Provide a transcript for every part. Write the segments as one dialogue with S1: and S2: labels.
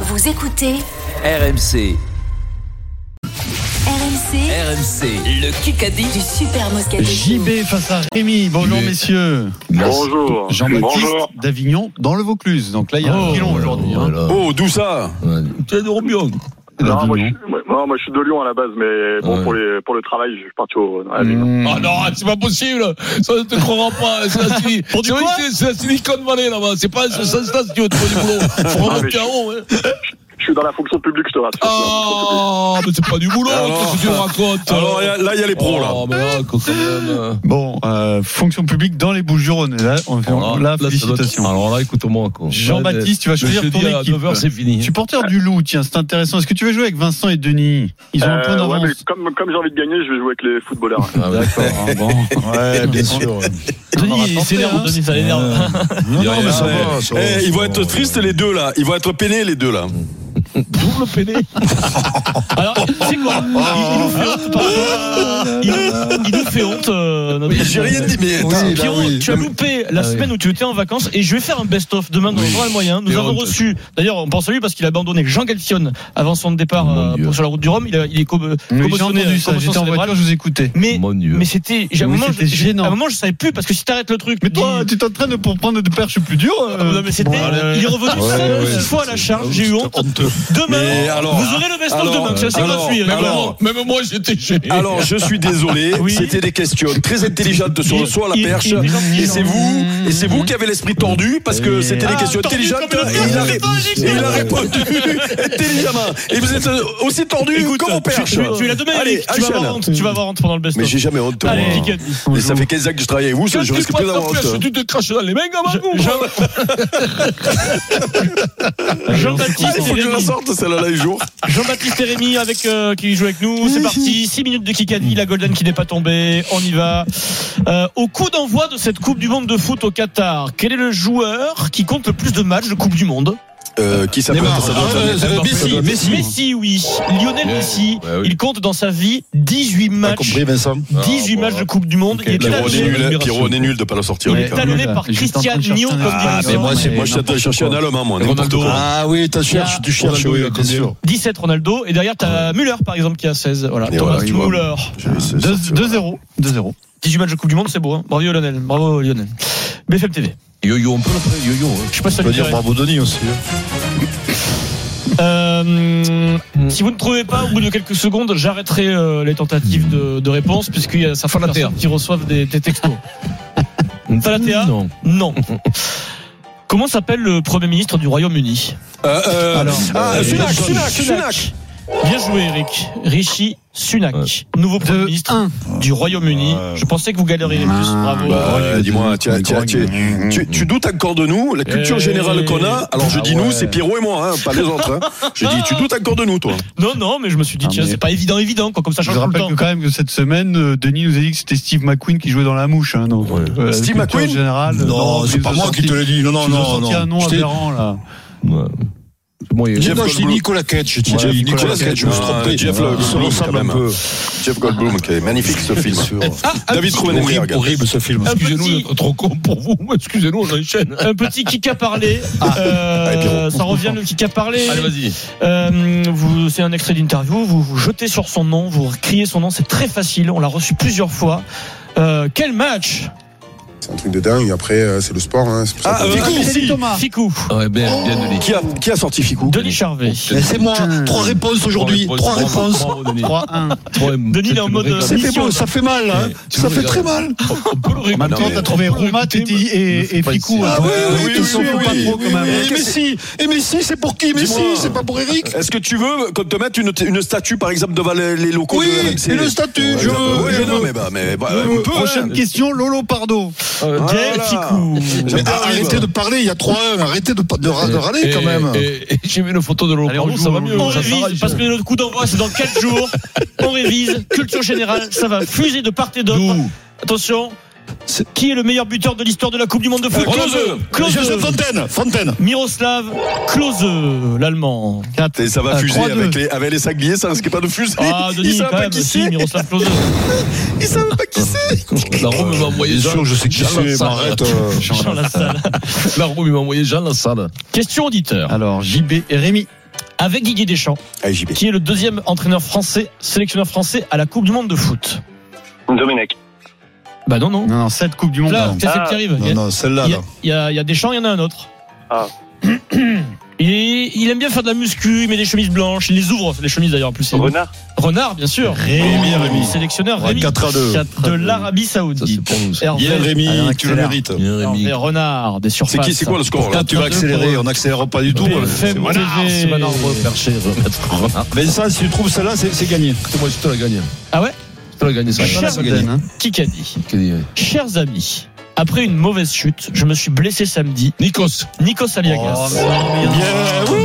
S1: Vous écoutez
S2: RMC,
S1: RMC,
S2: RMC, le Kikadi.
S1: du Super Moscato.
S3: JB face à Rémi. Bonjour
S4: Mais-
S3: messieurs.
S5: Bonjour.
S3: Jean-Baptiste
S5: Bonjour.
S3: d'Avignon dans le Vaucluse. Donc là, il y a un filon aujourd'hui. hein.
S4: Oh, d'où ça Tu es de Robion.
S5: Non moi, je,
S3: D'Avignon.
S5: suis- moi- non, moi, je suis de Lyon à la base, mais bon,
S4: Ouais.
S5: pour, les, pour le travail, je suis parti au. à Lyon.
S3: Mmh.
S4: Ah non, c'est pas possible Ça ne te croira pas C'est la, Sili-
S3: Pour du
S4: c'est vrai
S3: quoi
S4: que c'est- c'est la Silicon Valley là-bas C'est pas ce sens-là si tu veux trouver du boulot Faut
S5: Ah, mais
S4: remonter en haut hein.
S5: Je suis dans la fonction publique, je te rassure.
S3: Oh,
S4: Ah, mais c'est pas du boulot
S6: Alors-
S4: Qu'est-ce que tu racontes
S6: Alors y a- là, il y a les pros, là.
S4: Oh, mais là, quand quand même, euh,
S3: Bon, euh, fonction publique dans les Bouches-du-Rhône. Là, on fait
S4: alors
S3: là,
S4: Ah, ça doit-
S3: félicitations.
S4: Alors là, écoute-moi quoi.
S3: Jean-Baptiste, tu vas
S4: Le
S3: choisir
S4: jeudi
S3: ton
S4: à
S3: équipe.
S4: 9h, c'est fini.
S3: Supporter du Loup, tiens, c'est intéressant. Est-ce que tu veux jouer avec Vincent et Denis Ils ont un point
S5: Euh, ouais, mais
S3: d'avance.
S5: comme comme j'ai envie de gagner, je vais jouer avec les footballeurs.
S4: Ah, ouais.
S3: D'accord, hein, bon. Ouais, bien sûr. Denis, il s'énerve, hein.
S7: hein.
S3: Denis, ça l'énerve.
S4: Il y a
S6: Non,
S4: rien,
S6: mais ça
S4: ouais.
S6: va. Eh,
S4: Ça va,
S6: ils vont
S4: ça
S6: être
S4: va.
S6: tristes, les deux, là. Ils vont être peinés, les deux, là.
S4: Double pédé
S7: Alors, c'est quoi il, il nous fait honte, pardon. Il, il nous fait honte, euh, notre
S6: J'ai rien dit, mais. attends.
S7: Pierrot, tu as loupé la
S4: Ah oui.
S7: semaine où tu étais en vacances et je vais faire un best-of demain dans le journal moyen. Nous
S4: Et
S7: avons
S4: honte.
S7: reçu, d'ailleurs, on pense à lui parce qu'il a abandonné Jean Galtione avant son départ
S4: Mon
S7: euh,
S4: Dieu.
S7: pour- sur la route du Rhum. Il, a- il est co-
S3: Oui, J'ai
S7: commotionné, euh,
S3: entendu ça.
S7: commotion
S3: J'étais en
S7: cérébrale.
S3: voiture, je vous écoutais.
S7: Mais,
S4: Mon Dieu
S7: mais c'était, j'ai- à un
S3: Oui,
S7: moment,
S3: c'était
S7: je- j'ai-
S3: gênant.
S7: à un moment, je savais plus parce que si t'arrêtes le truc.
S3: Mais
S7: tu
S3: toi,
S7: dis-
S3: tu t'entraînes pour prendre des perches plus dures. euh,
S7: Non, mais c'était,
S3: bon, allez.
S7: il est revenu
S4: Ouais,
S7: cinq ou
S4: ouais,
S7: six fois à la charge. J'ai eu honte.
S6: Honteux. Mais
S7: Demain,
S6: alors-
S7: vous aurez le best-of
S6: alors-
S7: demain. C'est assez
S6: alors-
S7: gratuit.
S4: Même
S6: alors-
S4: moi- Même moi, j'étais gêné.
S6: Alors, je suis désolé.
S7: Oui.
S6: C'était des questions très intelligentes sur le
S7: Il-
S6: saut à la
S7: il-
S6: perche.
S7: il est gentil,
S6: Et c'est
S7: non
S6: vous, et c'est vous qui avez l'esprit tordu parce que c'était des
S7: Ah,
S6: questions
S7: tordu
S6: intelligentes.
S7: comme le
S6: Et il a,
S7: père,
S6: ré-
S7: c'est pas
S6: et il a
S7: génial.
S6: répondu intelligemment. Et vous êtes aussi tordu
S7: Écoute,
S6: comme au
S7: tu-
S6: perche.
S7: Tu, tu es là demain,
S6: Allez,
S7: Eric. Tu vas
S6: enchaîne.
S7: avoir honte. Tu vas avoir honte pendant le best-of.
S6: Mais j'ai jamais honte. moi.
S7: Allez, Kikadi.
S6: Et ça fait 15 ans que je travaille avec vous,
S4: Quand
S6: ça, je
S4: tu
S6: risque
S4: prends
S6: plus
S4: ta
S6: d'avoir
S4: flèche,
S6: honte.
S4: Tu te craches dans les mains, gamin, ou
S7: Jean-
S4: pas
S6: Ah,
S7: Jean-Baptiste
S6: il faut que je la
S7: Rémy.
S6: sorte, celle-là, un jour.
S7: Jean-Baptiste et Rémi avec, euh, qui joue avec nous. C'est parti. 6 minutes de Kikadi, la Golden qui n'est pas tombée. On y va. Euh, au coup d'envoi de cette Coupe du Monde de foot au Qatar, quel est le joueur qui compte le plus de matchs de Coupe du Monde
S6: Euh, qui s'appelle
S4: Neymar.
S6: ça doit
S4: Ah,
S6: être-
S4: ouais,
S6: ça doit-
S4: Messi,
S6: ça doit-
S4: Messi.
S7: Messi, oui. Lionel
S4: Ouais,
S7: Messi.
S4: ouais, oui.
S7: Il compte dans sa vie 18 matchs.
S4: Vincent Ah,
S7: 18
S4: bon,
S7: matchs
S4: ouais.
S7: de Coupe du Monde.
S3: Ok,
S7: Il est
S3: Pierrot,
S6: Pierrot, on est
S7: talonné-
S3: Libération.
S6: nul, Pierrot, on est nul de pas la sortir.
S7: Il est
S6: Lucas.
S7: talonné par
S3: J'étais en train de
S7: Christian
S3: chercher
S7: Nio
S3: un
S7: comme
S3: Allemand.
S6: Ah, mais
S7: dirigeant.
S6: moi, c'est- moi, je t'attends
S3: n'importe
S6: à chercher un
S3: quoi.
S6: Allemand, moi. n'importe
S4: Ronaldo.
S6: quoi.
S4: Ah
S6: oui, tu
S7: cherches,
S6: tu
S4: cherches, oui, bien sûr.
S7: 17 Ronaldo. Et derrière, t'as Müller, par exemple, qui a 16. Voilà.
S6: Et
S7: Thomas
S6: voilà, tu vois.
S7: Müller.
S3: Deux- 2-0. 2-0.
S7: 18 matchs de Coupe du Monde, c'est beau. Hein. Bravo Lionel. Bravo Lionel. BFM TV.
S4: Yo-yo, on peut l'appeler yo-yo. hein.
S7: Je sais pas si ça lui dirait.
S6: Denis aussi.
S7: Euh, si vous ne trouvez pas, au bout de quelques secondes, j'arrêterai euh, les tentatives de, de réponse, puisqu'il y a certaines
S4: Falatea.
S7: personnes qui reçoivent des, des textos. Falatea
S4: Non.
S7: Non. Comment s'appelle le Premier ministre du Royaume-Uni
S6: Euh, euh,
S3: Alors,
S6: ah,
S4: euh,
S6: Sunak,
S4: Johnson.
S6: Sunak, Sunak.
S7: Bien joué, Eric. Rishi Sunak, nouveau Premier ministre
S3: 2-1.
S7: du Royaume-Uni. Je pensais que vous galériez plus. Bravo.
S6: Bah, euh, dis-moi, tiens,
S3: Mmh.
S6: tiens, tiens, tu, tu doutes encore de nous, la culture
S7: Eh.
S6: générale qu'on a. Alors je
S4: Ah
S6: dis
S4: ouais.
S6: nous, c'est Pierrot et moi, hein, pas les autres. hein. Je dis, tu doutes encore de nous, toi.
S7: Non, non, mais je me suis dit,
S3: Ah,
S7: tiens,
S3: mais-
S7: c'est pas évident, évident, quoi, comme ça
S3: Je
S7: change
S3: vous
S7: tout le
S3: rappelle
S7: temps.
S3: que quand même que cette semaine, euh, Denis nous a dit que c'était Steve McQueen qui jouait dans la mouche. Hein, donc,
S4: Ouais.
S3: euh,
S6: Steve
S3: culture
S6: McQueen
S3: générale, euh,
S8: Non,
S3: mais
S8: c'est
S3: il
S8: pas
S3: nous a
S8: moi
S3: sorti-
S8: qui te l'ai dit. Non, non,
S3: tu nous as
S8: non,
S3: sorti
S8: non.
S3: un nom
S8: Je t'ai-
S3: aberrant, là.
S4: Ouais. C'est moi, il y a-
S8: J'ai
S6: Jeff
S8: non, je dis
S6: Goldblum.
S8: Nicolas Cage. Je dis
S3: Ouais,
S8: Nicolas,
S3: Nicolas
S8: Cage,
S3: Cage,
S8: je me suis
S6: non,
S8: trompé.
S6: Jeff
S8: Ah,
S6: Goldblum,
S8: ça ressemble
S6: quand
S8: un
S6: même.
S8: peu.
S6: Jeff Goldblum, qui est magnifique ce film. David
S8: Horrible,
S6: Cronenberg.
S8: horrible ce film.
S7: Un
S4: Excusez-nous
S7: petit-
S4: d'être trop con pour vous. Excusez-nous, on enchaîne.
S7: Un petit kick à parler. Euh,
S6: Allez, Pierrot.
S7: ça revient le kick à parler.
S4: Allez, vas-y.
S7: Euh, vous- c'est un extrait d'interview. Vous vous jetez sur son nom, vous criez son nom. C'est très facile. On l'a reçu plusieurs fois. Euh, quel match
S9: C'est un truc de dingue. Après, euh, c'est le sport. Hein. C'est pour ça
S6: Ah,
S9: qu'on-
S6: euh,
S3: Denis Thomas.
S7: Ficou,
S4: Ah Ouais, bien, bien, Denis.
S6: Qui a, qui a sorti Ficou
S7: Denis Charvet.
S8: Mais Eh, c'est moi. Trois réponses aujourd'hui.
S4: Trois
S8: Trois
S4: réponses.
S8: réponses.
S4: Bravo, Denis.
S3: 3-1.
S4: Trois-
S7: Denis, il est en
S4: Tu
S7: mode,
S4: rigoles.
S7: euh,
S8: C'était beau, ça fait mal. hein.
S4: Tu
S8: Ça
S4: nous
S8: fait
S4: regardes.
S8: très mal.
S4: On peut le
S3: En même
S4: rigoler.
S3: temps, t'as trouvé Roumat et, et, et Ficou.
S8: Ah oui, oui,
S6: oui,
S8: tout
S6: oui,
S8: ça, on
S6: oui,
S8: peut pas
S6: oui,
S8: trop
S6: oui,
S8: quand même.
S6: oui.
S8: Et Messi, et Messi, c'est pour qui Messi,
S6: Dis-moi.
S8: c'est pas pour Eric
S6: Est-ce que tu veux qu'on te mette une, une statue, par exemple, devant les, les locaux
S8: Oui,
S6: de RMC
S8: et le statut,
S6: Ouais,
S8: je
S6: non,
S8: veux.
S6: oui,
S8: je
S6: non,
S8: veux.
S6: mais bah, mais bah,
S8: Je
S6: on
S8: veux.
S6: peut,
S3: Prochaine
S6: hein.
S3: question, Lolo Pardo.
S6: Ah,
S7: Quel
S6: voilà.
S7: Ficou
S8: Mais
S6: Ah,
S8: Arrêtez de parler, il y a 3-1, arrêtez de pa- de ra- de râler
S4: Et-
S8: quand même.
S4: et- et Eh, J'ai vu une photo de
S3: Allez, on
S4: l'Opéra,
S3: joue,
S4: ça va
S3: on
S4: mieux.
S7: On
S4: ça
S7: révise,
S4: s'arrange.
S7: parce que notre coup d'envoi c'est dans 4 jours. On révise, culture générale, ça va fuser de part et d'autre.
S4: Nous.
S7: Attention, qui est le meilleur buteur de l'histoire de la Coupe du Monde de foot
S4: Klose.
S8: Joseph
S7: Klose.
S8: Fontaine, Fontaine.
S7: Miroslav Klose, l'allemand.
S6: Et ça va
S3: Ah,
S6: fuser
S3: 3-2.
S6: avec les, avec les sagliers, ça risque pas de fuser.
S7: Ah,
S6: Ils
S7: Denis,
S6: savent
S7: quand
S6: pas
S7: même,
S6: qui
S7: si,
S6: c'est.
S7: Miroslav Klose.
S6: Ils savent
S8: Ah,
S6: pas qui c'est.
S4: La Rome m'a envoyé
S8: Bien
S4: Jean.
S8: sûr, je sais qui
S4: Jean
S8: c'est, mais
S4: Lassalle.
S8: arrête. euh.
S7: Jean Lassalle.
S4: La Rome m'a envoyé Jean Lassalle.
S3: Ah.
S7: Question auditeur.
S3: Alors, JB et Rémi.
S7: avec Didier Deschamps,
S6: Allez, JB.
S7: qui est le deuxième entraîneur français, sélectionneur français à la Coupe du Monde de foot
S10: Domenech.
S7: Bah non, non.
S3: Non, non, cette Coupe du Monde.
S7: Là,
S3: non.
S7: c'est celle qui arrive. Il y
S8: Non,
S7: a-
S8: non, celle-là,
S7: il y a-
S8: là.
S7: il y, a, il y a Deschamps, il y en a un autre.
S10: Ah.
S7: Il, est- il aime bien faire de la muscu, il met des chemises blanches, il les ouvre, les chemises d'ailleurs en plus. c'est-
S10: Renard.
S6: Oh,
S7: Renard, bien sûr. Oh,
S8: Rémi, Rémi.
S7: Sélectionneur
S8: Ouais,
S7: Rémi.
S8: 4 à 2.
S7: de l'Arabie Saoudite. Hervé,
S8: Bien, Rémi,
S3: Allez, on
S8: tu le
S3: accélère.
S8: mérites.
S7: Hervé Renard, des surfaces.
S6: C'est qui, c'est quoi le score là
S8: Là, tu vas accélérer, on n'accélère pas du tout.
S7: BFM TV.
S8: Mais ça, si tu trouves celle-là, c'est c'est gagné.
S4: C'est moi, je te la gagne.
S7: Ah ouais
S4: Je te la gagne, ça.
S7: Cher
S4: Je te la gagne.
S7: Qui qu'a dit
S4: Qui a dit, ouais.
S7: Chers amis, après une mauvaise chute, je me suis blessé samedi.
S4: Nikos.
S7: Nikos Aliagas.
S8: Oh, Bien,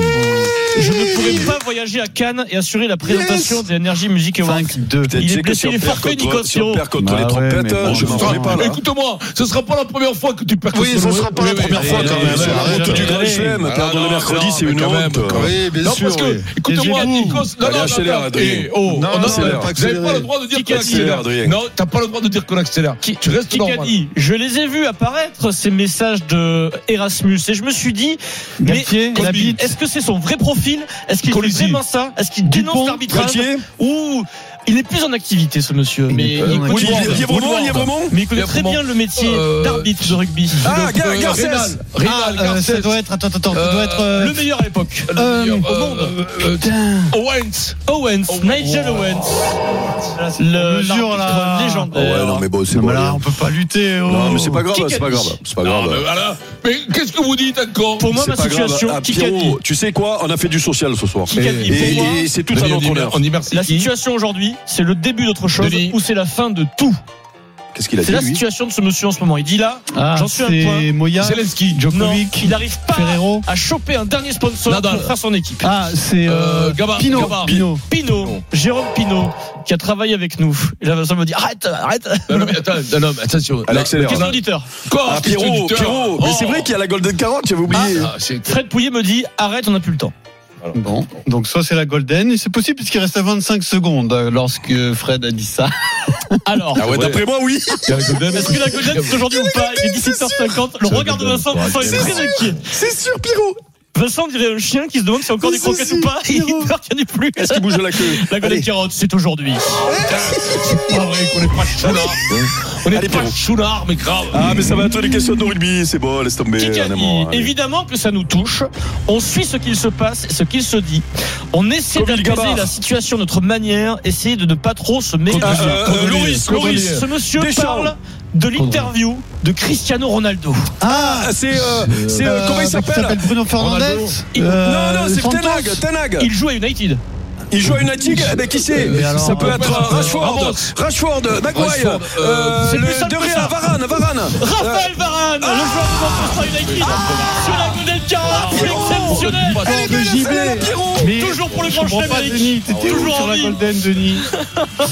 S7: Je ne pourrais pas voyager à Cannes et assurer la présentation des Energy Music Awards.
S3: 5-2.
S6: Putain, tu
S7: Il est
S6: sais que
S7: blessé,
S6: si on
S7: il est
S6: perd
S7: forfait,
S6: contre-
S7: Nico
S6: Si on
S7: Sio.
S6: perd contre
S3: Bah
S6: les
S3: ouais,
S6: trompettes, hein.
S3: mais bon,
S6: je m'en
S3: ça
S6: remets
S3: va.
S6: pas là.
S4: Écoute-moi, ce sera pas la première fois que tu perds
S8: Oui,
S4: contre
S8: ça
S4: le-
S8: sera pas la
S4: Oui, oui.
S8: première fois,
S4: Eh,
S8: quand
S4: eh,
S8: même.
S4: eh,
S8: Arrête,
S4: eh,
S6: Tout du
S4: eh,
S6: grand
S4: eh,
S6: chelem,
S4: eh,
S6: perdre
S4: non,
S6: le mercredi,
S4: non,
S6: c'est
S4: mais
S6: une
S4: quand même,
S6: honte.
S4: quand même.
S8: Oui, bien
S4: Non,
S8: sûr.
S4: parce que,
S8: oui.
S4: écoute-moi,
S3: Allez,
S4: Nikos, non,
S6: Allez,
S4: non,
S6: accélère,
S4: attends,
S6: Adrien.
S4: eh, oh,
S8: Non,
S4: non,
S8: non,
S4: non,
S8: on va pas
S4: vous avez pas
S8: accélérer.
S4: le droit de dire
S7: Qui
S4: qu'on accélère.
S7: accélère,
S6: Adrien
S4: Non, t'as pas le droit de dire qu'on accélère.
S7: Qui-
S4: Tu restes
S7: Qui qu'a
S4: normal.
S7: dit Je les ai vus apparaître ces messages de Erasmus et je me suis dit, mais
S3: Galtier, la bite.
S7: est-ce que c'est son vrai profil Est-ce qu'il fait
S4: Colisi.
S7: vraiment ça Est-ce qu'il dénonce
S3: Dupont,
S7: l'arbitrage
S6: Gauthier,
S7: Ouh, il est plus en activité ce monsieur.
S3: Il
S4: Euh,
S7: mais,
S3: est pas
S7: il
S3: en
S7: connaît,
S3: activité.
S7: Woodward.
S6: Lièvremont, Lièvremont
S7: Mais il connaît très
S4: Lièvremont.
S7: bien le métier
S4: Euh,
S7: d'arbitre de rugby.
S6: Ah, Gar-
S4: Euh,
S6: Garcès
S4: Rénal. Rénal,
S3: Ah, euh,
S4: Garcès.
S3: ça doit être. Attends, attends, ça
S4: Euh,
S3: doit être. euh,
S7: le meilleur à l'époque.
S4: Le
S3: Euh,
S4: meilleur,
S7: au
S4: euh,
S7: monde.
S4: euh, Ah,
S7: Owens, Owens,
S6: Oh,
S4: Owens.
S7: Nigel Owens.
S3: en
S7: Le
S6: Ouais,
S3: mesure, là.
S7: l'arbitre
S6: Ah,
S7: légendaire.
S6: non, mais bon, c'est
S3: Non,
S6: bon.
S3: mais là,
S6: allez.
S3: on peut pas lutter. oh.
S6: Non, mais c'est pas grave,
S7: Qui
S6: c'est pas
S7: qu'a
S6: grave.
S7: dit
S6: C'est pas
S4: Ah,
S6: grave.
S4: mais voilà. Mais qu'est-ce que vous dites encore
S7: Pour moi,
S6: C'est
S7: ma
S6: pas grave.
S7: situation,
S6: Ah,
S7: qui qu'a dit
S6: Pierrot, tu sais quoi On a fait du social ce soir.
S7: Qui qu'a dit
S6: Et-
S7: Pour moi,
S6: Et c'est tout à notre honneur.
S4: On y merci.
S7: La situation aujourd'hui, c'est le début d'autre chose
S4: Denis.
S7: ou c'est la fin de tout.
S6: Qu'est-ce qu'il a
S7: C'est
S6: dit
S7: la
S6: lui
S7: situation de ce monsieur en ce moment. Il dit là,
S3: Ah,
S7: j'en suis à un point.
S3: C'est Moya,
S4: Zelensky.
S7: Non,
S3: Djokovic,
S7: il n'arrive pas
S3: Ferrero.
S7: à choper un dernier sponsor
S4: Nadal.
S7: pour faire son équipe.
S3: Ah, c'est
S4: Euh,
S3: euh,
S4: Gabard,
S3: Pinot.
S4: Gabard.
S3: Pinot.
S7: Pinot, Jérôme Pinot, qui a travaillé avec nous. Et là, Vincent me dit arrête, arrête.
S4: Euh, Non, non, mais attends, non, non, mais attention.
S6: Allez, accélère.
S7: Question auditeur.
S4: Quoi
S6: Ah, Pierrot, Pierrot. Ah, Mais
S4: Oh.
S6: c'est vrai qu'il y a la Golden 40, j'avais
S4: Ah,
S6: oublié.
S7: Fred Pouillet me dit arrête, on n'a plus le temps.
S3: Bon, donc soit c'est la Golden, et c'est possible puisqu'il reste à 25 secondes euh, lorsque Fred a dit ça.
S7: Alors,
S6: Ah ouais, d'après moi, oui.
S7: est-ce que la Golden c'est aujourd'hui ou pas Il est 17h50. Le regard de Vincent, Vincent est très inquiet.
S6: C'est sûr, Pierrot.
S7: Vincent dirait un chien qui se demande si encore des
S6: Mais
S7: croquettes
S6: c'est
S7: ou pas. Il
S6: Pierrot.
S7: meurt qu'il n'y en ait plus.
S6: Est-ce qu'il bouge la queue
S7: La Golden
S6: Allez. Ah
S7: Carotte, c'est aujourd'hui.
S4: C'est pas vrai qu'on est pas choulard. On est pas choulard, mais grave.
S6: Ah, mais ça va être les questions de rugby, c'est bon, laisse tomber.
S7: Qui qu'a
S6: on est hein.
S7: dit
S6: bon, allez.
S7: Évidemment que ça nous touche. On suit ce qu'il se passe, ce qu'il se dit. On essaie
S6: Comme il
S7: d'apaiser
S6: gabarre.
S7: la situation de notre manière, essayer de ne pas trop se mélanger.
S6: Ah, euh, euh, Loris, Loris.
S7: Ce monsieur
S6: Deschamps.
S7: parle de l'interview de Cristiano Ronaldo.
S3: Ah,
S6: Ah, c'est. euh, c'est, euh, comment il s'appelle
S3: Bruno Fernandez
S4: Ronaldo.
S3: Euh,
S6: Non, non, c'est
S3: Santos
S6: Tenag, Tenag.
S7: Il joue à United.
S6: Il joue à United, eh ben qui c'est
S3: Mais alors,
S6: Ça peut
S3: euh,
S6: être euh,
S4: Ramos.
S6: Rashford, Rashford, Maguire,
S4: Rashford, euh,
S7: c'est
S6: le-
S7: plus simple
S6: De
S7: que
S6: Gea,
S7: ça.
S6: Varane, Varane.
S7: Raphaël Varane, le joueur de Manchester United. Sur la Golden
S4: Ah,
S7: Carotte, Ah, c'est exceptionnel.
S6: Eh ben,
S3: JB.
S6: celle-là, Pierrot.
S3: Mais
S7: Toujours pour le
S3: je
S7: grand
S3: comprends
S7: chelem,
S3: pas,
S7: Eric.
S3: Denis, t'étais
S7: Toujours
S3: où sur la
S7: envie.
S3: Golden, Denis
S4: Non,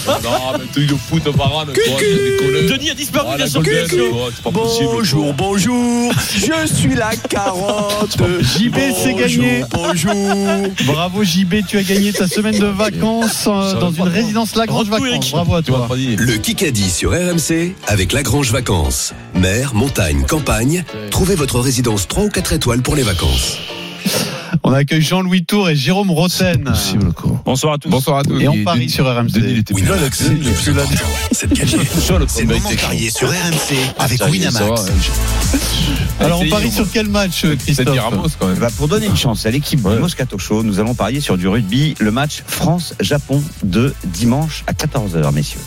S4: mais truc de foot, Varane, toi, déconne.
S7: Denis a disparu,
S4: Ah,
S7: bien
S4: la
S7: sûr.
S4: Golden,
S7: bien sûr.
S4: toi, c'est pas possible.
S6: Bonjour, bonjour, je suis la carotte.
S3: JB, c'est gagné.
S6: Bonjour. bonjour.
S3: Bravo JB, tu as gagné ta semaine de vacances euh, dans une résidence Lagrange
S7: Rends-toi, Eric.
S3: Vacances. Bravo à
S4: Tu m'as
S3: toi.
S4: pas dit.
S11: Le Kikadi sur RMC avec Lagrange Vacances. Mer, montagne, campagne, trouvez votre résidence 3 ou 4 étoiles pour les vacances.
S3: On accueille Jean-Louis Tour et Jérôme Roten.
S4: Possible, quoi.
S7: Bonsoir à tous.
S4: Bonsoir à tous.
S3: Et on
S4: Il-
S3: parie
S4: Denis-
S3: sur RMC.
S4: Denis, il était
S11: Oui,
S4: bien.
S11: mais l'accès, le plus important, c'est de gagner.
S4: Sur le
S11: C'est le
S4: combat,
S11: moment
S4: il était-
S11: parier sur RMC avec
S4: Ça, il est
S11: Winamax.
S4: savoir, hein.
S3: Alors on
S4: Essayez,
S3: parie
S4: on
S3: sur quel match, euh,
S4: C'était
S3: Christophe
S4: Ramos, quand même.
S12: Bah, pour donner une chance à l'équipe du Moscato Show, nous allons parier sur du rugby, le match France-Japon de dimanche à 14h, messieurs.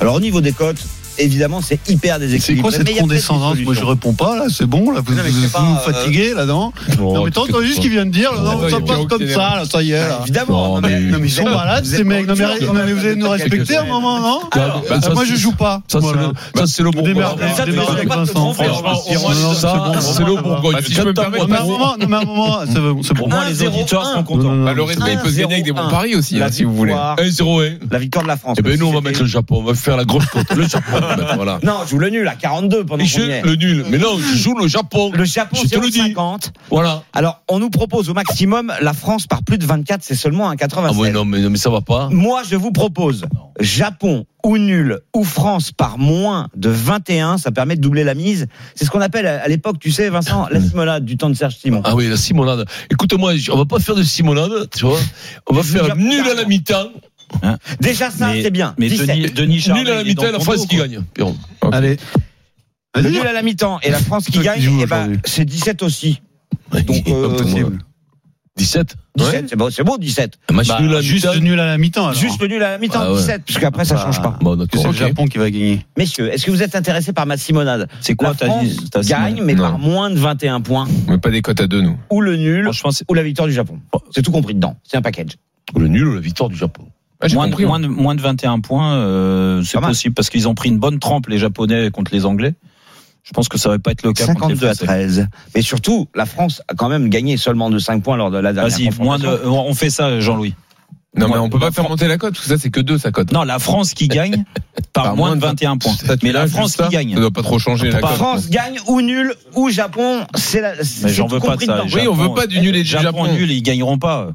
S12: Alors au niveau des cotes, évidemment c'est hyper
S3: C'est
S12: déséquilibré.
S3: quoi
S12: mais
S3: cette
S12: il y a peut-être
S3: condescendance
S12: une
S3: Moi je
S12: solution.
S3: réponds pas là, c'est bon là, vous
S12: Non, mais
S3: vous-
S12: c'est
S3: vous
S12: pas,
S3: vous
S12: euh,
S3: fatiguez là-dedans Non mais t'as entendu ce qu'il vient de dire là, non,
S4: Ouais,
S3: ça
S4: il
S3: passe
S4: est
S3: comme
S4: obstiné.
S3: ça là, ça y est là.
S12: Évidemment,
S4: Non,
S12: non, mais-
S4: mais-
S12: non, mais
S3: Ils sont malades ces mecs, non mais,
S12: êtes pas
S3: non, mais vous allez nous
S12: mature,
S3: respecter
S12: quand
S3: un
S12: même.
S3: moment non
S4: Ah, bah,
S3: Ah,
S4: ça,
S3: Moi
S4: c'est-
S3: je joue pas.
S4: Ça, c'est
S3: Voilà.
S4: le- ça, c'est le bon.
S3: Démarre-
S7: Ça,
S3: démarre
S7: tu
S3: avec
S7: fais pas de
S3: Vincent.
S7: grand frère,
S3: Franchement,
S7: je pense.
S3: non, non, c'est bon,
S4: C'est
S3: bon, bon,
S4: le bon.
S3: bon.
S4: Bourgogne.
S7: si je peux me permettre,
S3: Mais à un moment, Ah non, mais à un moment, c'est bon, c'est bon.
S7: Au moins, les auditeurs seront
S3: Non, non,
S7: contents.
S3: non,
S4: Bah, le
S3: non.
S4: respect, il peut se gagner avec des bons paris aussi,
S12: La
S4: hein, si vous voulez.
S12: victoire.
S4: 1-0-1.
S12: La victoire de la France.
S4: Eh ben
S12: Parce
S4: nous, on
S12: que
S4: va
S12: c'était-
S4: mettre le Japon, on va faire la grosse cote. Le Japon. Bah, voilà.
S12: Non, je joue le nul à 42 pendant
S4: Il
S12: qu'on
S4: joue
S12: y est.
S4: le nul. Mais non, je joue le Japon.
S12: Le Japon,
S4: Je te le dis.
S12: 50.
S4: Voilà.
S12: Alors, on nous propose au maximum la France par plus de 24, c'est seulement un 87.
S4: Ah ouais, non, mais, non, mais ça va pas.
S12: Moi, je vous propose Japon ou nul ou France par moins de 21. Ça permet de doubler la mise. C'est ce qu'on appelle à à l'époque, tu sais, Vincent, la simolade du temps de Serge Simon.
S4: Ah oui, la Simonade. Écoute-moi, on va pas faire de Simonade, tu vois. On va faire nul à la mi-temps.
S12: Déjà ça,
S13: Mais-
S12: c'est bien.
S13: Mais
S12: 17.
S13: Denis, Denis Charvet,
S4: Nul à la
S13: il est dans
S4: mi-temps, la
S13: ton
S4: France
S13: dos,
S4: qui
S13: quoi.
S4: gagne. Piron.
S3: Allez.
S12: Le nul à la mi-temps et la France qui
S3: Ceux qui
S12: gagne,
S3: jouent
S12: eh ben,
S3: aujourd'hui.
S12: c'est 17 aussi. Donc,
S4: Pas
S12: euh,
S4: possible. 17
S12: 17, c'est bon, c'est bon, 17.
S4: Un match
S3: Bah,
S4: nul à la
S3: juste
S4: mi-temps.
S3: nul à la mi-temps. alors.
S12: Juste le nul à la mi-temps,
S4: Ah ouais.
S12: 17, parce qu'après, ça
S3: Bah,
S12: change pas.
S4: Bon,
S3: que
S4: d'accord.
S3: c'est
S4: ok.
S3: le Japon qui va gagner.
S12: Messieurs, est-ce que vous êtes intéressés par ma simonade
S7: C'est
S12: La
S7: quoi ta
S12: France
S7: dis- ta
S12: gagne, mais
S7: Non.
S12: par moins de 21 points,
S7: On met pas des cotes à deux, nous.
S12: ou le nul,
S7: Franchement, c'est
S12: ou la victoire du Japon.
S7: Oh.
S12: C'est tout compris dedans. C'est un package.
S4: Le nul ou la victoire du Japon.
S7: Ah, j'ai
S12: Moins de-
S7: compris.
S12: moins
S7: Moins de, moins de 21 points, euh, c'est
S12: Pas mal.
S7: possible parce qu'ils ont pris une bonne trempe les Japonais contre les Anglais. Je pense que ça va pas être le cas contre les
S12: 52 à
S7: Français.
S12: 13. Mais surtout, la France a quand même gagné seulement de 5 points lors de la dernière
S7: Vas-y, moins de,
S12: confrontation.
S7: euh, on fait ça, Jean-Louis.
S14: Non, mais
S7: Moi,
S14: on peut
S7: la
S14: pas faire monter la cote, parce que ça, c'est que deux, sa cote.
S7: Non, la France qui gagne par,
S14: Par
S7: moins de 21 points.
S14: Ça, tu
S7: Mais la
S14: l'as,
S7: France
S14: juste ça
S7: qui gagne.
S14: Ça doit pas trop changer la
S7: peut pas-
S14: cote.
S12: France gagne ou nul ou Japon, c'est la. c'est
S7: Mais j'en
S12: tout
S7: veux pas de
S12: compris
S7: ça.
S12: dedans.
S14: Oui, on veut pas du nul et du Japon.
S7: nul, ils gagneront pas.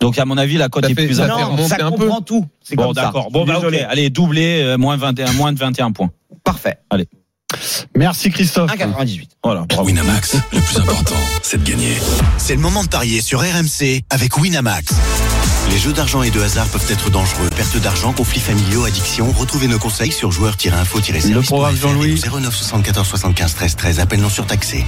S7: Donc à mon avis, la cote
S14: Ça
S7: est
S14: fait-
S7: plus
S14: ça
S7: importante.
S14: fait-
S12: Non,
S14: remonter
S12: ça
S14: un peu.
S12: comprend tout. C'est
S7: Bon,
S12: comme ça.
S7: d'accord. Bon, bah, ok.
S12: Désolé.
S7: Allez, doublé, euh, moins 21, moins de 21 points.
S12: Parfait.
S3: Merci Christophe.
S12: 1,98.
S7: Voilà. bravo.
S15: Winamax, le plus important, c'est de gagner.
S6: C'est le moment de parier sur RMC avec Winamax. Les jeux d'argent et de hasard peuvent être dangereux. Perte d'argent, conflits familiaux, addiction. Retrouvez nos conseils sur joueurs-info-service.
S3: Le programme Jean-Louis.
S6: 09 74 75 13 13. Appel non surtaxé.